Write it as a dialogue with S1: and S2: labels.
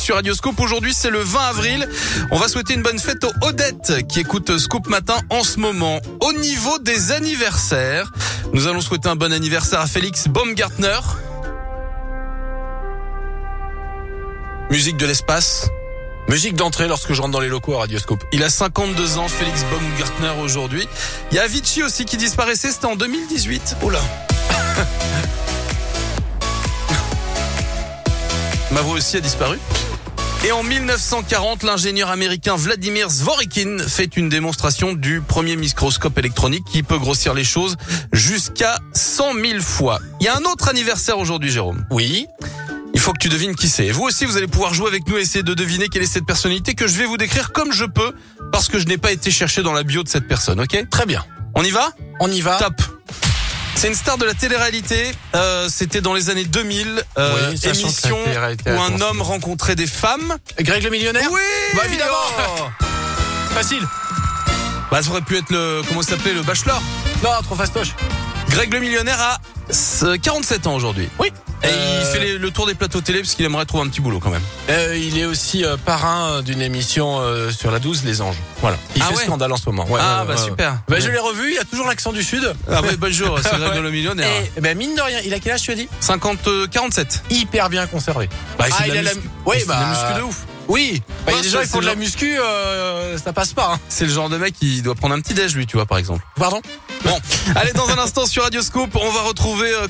S1: sur Radio Scoop. Aujourd'hui, c'est le 20 avril. On va souhaiter une bonne fête aux Odette qui écoute Scoop Matin en ce moment. Au niveau des anniversaires, nous allons souhaiter un bon anniversaire à Félix Baumgartner. Musique de l'espace. Musique d'entrée lorsque je rentre dans les locaux à Radioscope. Il a 52 ans, Félix Baumgartner aujourd'hui. Il y a Avicii aussi qui disparaissait, c'était en 2018. Oula. Ma voix aussi a disparu. Et en 1940, l'ingénieur américain Vladimir Zvorikin fait une démonstration du premier microscope électronique qui peut grossir les choses jusqu'à 100 000 fois. Il y a un autre anniversaire aujourd'hui, Jérôme.
S2: Oui.
S1: Il faut que tu devines qui c'est. Et vous aussi, vous allez pouvoir jouer avec nous et essayer de deviner quelle est cette personnalité que je vais vous décrire comme je peux parce que je n'ai pas été chercher dans la bio de cette personne, ok
S2: Très bien.
S1: On y va
S2: On y va.
S1: Top c'est une star de la télé-réalité. Euh, C'était dans les années 2000. Euh,
S2: Oui, sachant que la
S1: émission
S2: télé-réalité
S1: où
S2: a
S1: un
S2: commencé.
S1: homme rencontrait des femmes.
S2: Greg le millionnaire Bah évidemment
S1: Oh
S2: Facile.
S1: Bah ça aurait pu être le comment ça s'appelait le bachelor.
S2: Non, trop fastoche.
S1: Greg le millionnaire a s- 47 ans aujourd'hui.
S2: Oui.
S1: Et il
S2: Euh,
S1: fait les- le tour des plateaux télé parce qu'il aimerait trouver un petit boulot quand même.
S2: euh, il est aussi euh, parrain d'une émission euh, sur la 12, Les Anges. Voilà. Il
S1: Ah
S2: fait
S1: ouais
S2: scandale en ce moment. Ouais,
S1: ah
S2: ouais,
S1: bah
S2: ouais, ouais.
S1: super.
S2: Bah, je l'ai revu, il a toujours l'accent du Sud.
S1: Ah ouais, bonjour, c'est Greg
S2: Ouais.
S1: le millionnaire.
S2: Et ben, mine de rien, il a quel âge tu as dit
S1: 50 euh, 47.
S2: Hyper bien conservé.
S1: Bah, il fait
S2: ah,
S1: de
S2: il
S1: la
S2: a la,
S1: muscu- il
S2: oui,
S1: fait de
S2: bah,
S1: la muscu de ouf.
S2: Oui. Bah, il y a
S1: Ouais,
S2: des gens
S1: ça,
S2: qui font de
S1: c'est
S2: la muscu, euh, ça passe pas. hein.
S1: C'est le genre de mec qui doit prendre un petit déj lui, tu vois par exemple.
S2: Pardon
S1: Bon, allez dans un instant sur Radioscope, on va retrouver euh,